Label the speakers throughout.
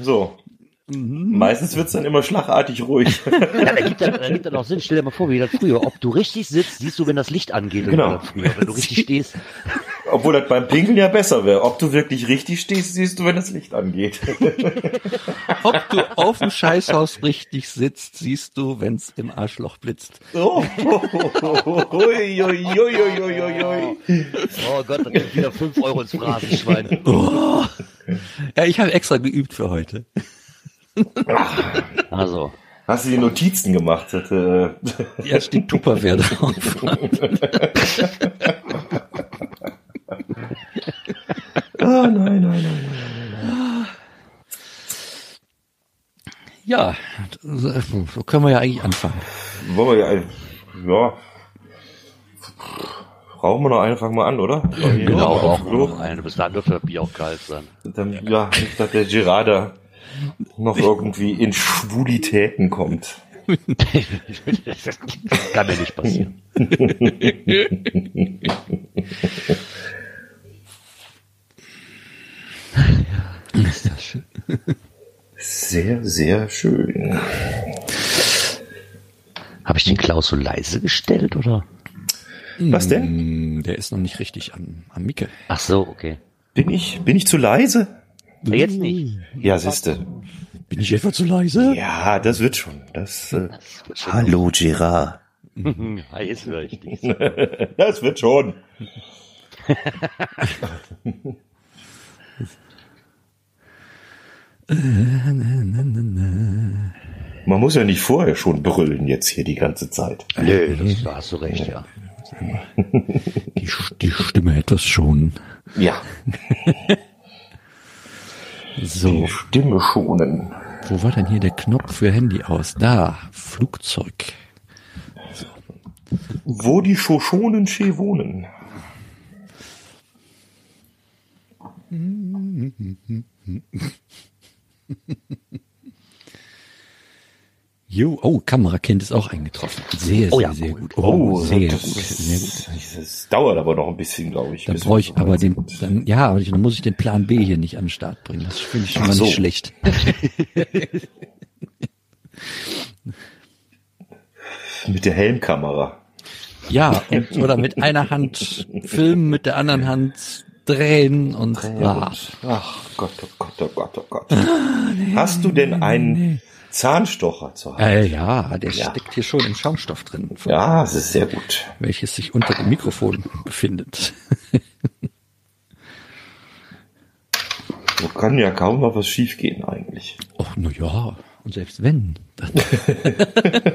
Speaker 1: so. Mhm. Meistens wird es dann immer schlagartig ruhig.
Speaker 2: Ja, da gibt dann, da gibt dann auch Sinn. Stell dir mal vor, wie das früher. Ob du richtig sitzt, siehst du, wenn das Licht angeht.
Speaker 1: Genau.
Speaker 2: oder Früher, wenn du richtig stehst.
Speaker 1: Obwohl das beim Pinkeln ja besser wäre. Ob du wirklich richtig stehst, siehst du, wenn das Licht angeht.
Speaker 3: Ob du auf dem Scheißhaus richtig sitzt, siehst du, wenn's im Arschloch blitzt.
Speaker 1: oh, ui, ui, ui, ui, ui, ui, ui.
Speaker 2: Oh Gott, da gibt wieder 5 Euro ins Phrasenschwein.
Speaker 3: Oh. Ja, ich habe extra geübt für heute.
Speaker 2: Also,
Speaker 1: Hast du die Notizen gemacht? Das, äh,
Speaker 3: Ja, steht Tupperware drauf.
Speaker 1: Ah, nein, nein, nein. nein.
Speaker 3: Ja, so können wir ja eigentlich anfangen.
Speaker 1: Wollen wir ja, ein- ja. Rauchen wir doch einfach mal an, oder?
Speaker 2: genau,
Speaker 1: auf
Speaker 2: rauchen
Speaker 1: dem
Speaker 2: wir
Speaker 1: Klo.
Speaker 2: noch eine. Bis dahin dürfte das Bier auch kalt sein.
Speaker 1: Dann, ja, nicht, dass der Gerada noch irgendwie in Schwulitäten kommt.
Speaker 2: das kann mir nicht passieren.
Speaker 1: Sehr, sehr schön.
Speaker 2: Habe ich den Klaus so leise gestellt, oder?
Speaker 1: Was denn?
Speaker 3: Hm, Der ist noch nicht richtig an, an Micke.
Speaker 2: Ach so, okay.
Speaker 1: Bin ich, bin ich zu leise?
Speaker 2: Ja, Jetzt nicht.
Speaker 1: Ja, siehste.
Speaker 3: Bin ich etwa zu leise?
Speaker 1: Ja, das wird schon. Das, äh, Hallo, Gerard.
Speaker 2: Ja, Jetzt höre ich dich.
Speaker 1: Das wird schon. Man muss ja nicht vorher schon brüllen jetzt hier die ganze Zeit.
Speaker 2: Nö, das, da hast du recht, ja.
Speaker 3: Die, Sch- die Stimme etwas schon.
Speaker 1: Ja,
Speaker 3: So,
Speaker 1: die Stimme schonen.
Speaker 3: wo war denn hier der Knopf für Handy aus? Da, Flugzeug.
Speaker 1: Wo die Schoschonen schee wohnen.
Speaker 3: Jo, oh, Kamerakind ist auch eingetroffen. Sehr,
Speaker 2: Oh
Speaker 3: sehr,
Speaker 2: ja,
Speaker 3: sehr
Speaker 2: cool.
Speaker 3: gut. Oh, sehr gut.
Speaker 1: das,
Speaker 3: Sehr gut.
Speaker 1: das dauert aber noch ein bisschen, glaube ich.
Speaker 3: Dann
Speaker 1: bis-
Speaker 3: brauche ich aber den, dann, ja, aber ich, dann muss ich den Plan B hier nicht an den Start bringen. Das finde ich schon
Speaker 1: Ach
Speaker 3: mal
Speaker 1: so.
Speaker 3: nicht schlecht.
Speaker 1: mit der Helmkamera.
Speaker 3: Ja, und, oder mit einer Hand filmen, mit der anderen Hand drehen und ah.
Speaker 1: Ach Gott, oh Gott, oh Gott, oh Gott. Hast du denn einen Zahnstocher zu Hause?
Speaker 3: Äh, ja, der
Speaker 1: Ja.
Speaker 3: steckt hier schon im Schaumstoff drin,
Speaker 1: Ja, es ist sehr gut.
Speaker 3: welches sich unter dem Mikrofon befindet.
Speaker 1: Da kann ja kaum noch was schiefgehen eigentlich.
Speaker 3: Och, na ja, und selbst wenn, dann, dann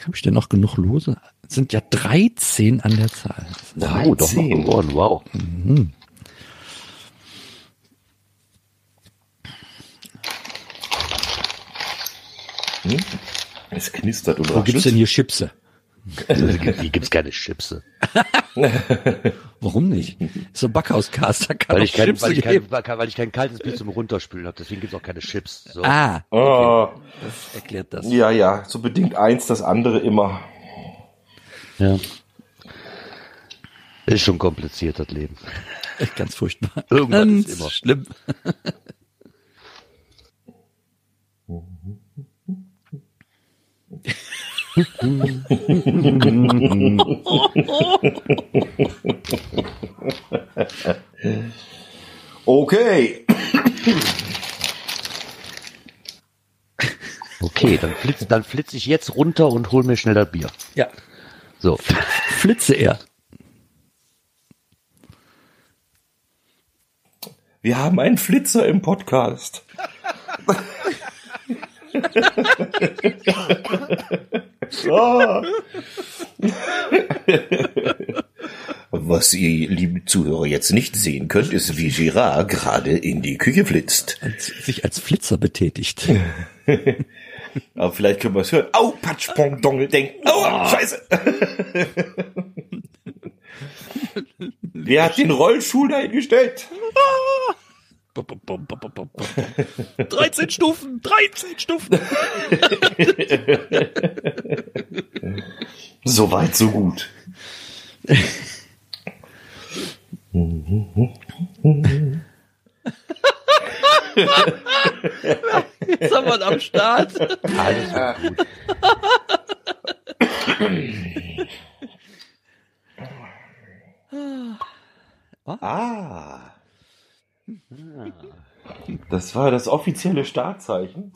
Speaker 3: habe ich denn noch genug Lose. Es sind ja 13 an der Zahl.
Speaker 2: Oh, doch noch
Speaker 1: 13.
Speaker 2: geworden, wow.
Speaker 1: Es knistert und
Speaker 3: Wo gibt's denn hier Chipse?
Speaker 2: Hier Also, gibt's keine Chipse.
Speaker 3: Warum nicht? Ist so ein Backhauscast, da kann
Speaker 2: Weil
Speaker 3: doch
Speaker 2: ich, kein, weil, ich
Speaker 3: geben.
Speaker 2: kein, weil ich kein kaltes Bier zum Runterspülen habe, deswegen gibt's auch keine Chips. So.
Speaker 3: Ah,
Speaker 1: Ah,
Speaker 3: das erklärt das.
Speaker 1: ja, ja, so bedingt eins das andere immer.
Speaker 2: Ja. Ist schon kompliziert, das Leben.
Speaker 3: Ganz furchtbar.
Speaker 2: Irgendwas
Speaker 3: Ganz
Speaker 2: ist immer.
Speaker 3: schlimm.
Speaker 1: Okay.
Speaker 2: Okay, dann flitz, dann flitz ich jetzt runter und hol mir schnell das Bier.
Speaker 3: Ja.
Speaker 2: So.
Speaker 3: Flitze er.
Speaker 1: Wir haben einen Flitzer im Podcast. Ah. Was ihr, liebe Zuhörer, jetzt nicht sehen könnt, ist, wie Girard gerade in die Küche flitzt.
Speaker 3: Als, sich als Flitzer betätigt.
Speaker 1: Aber vielleicht können wir es hören. Au, Patsch, Pong, Dongel, Deng. Aua, Scheiße. Wer hat den Rollschuh da hingestellt?
Speaker 3: 13 Stufen, 13 Stufen.
Speaker 1: So weit, so gut. Mhm. Mann.
Speaker 3: Jetzt haben wir ihn am Start.
Speaker 2: Alles wird gut.
Speaker 1: Ah. Das war das offizielle Startzeichen.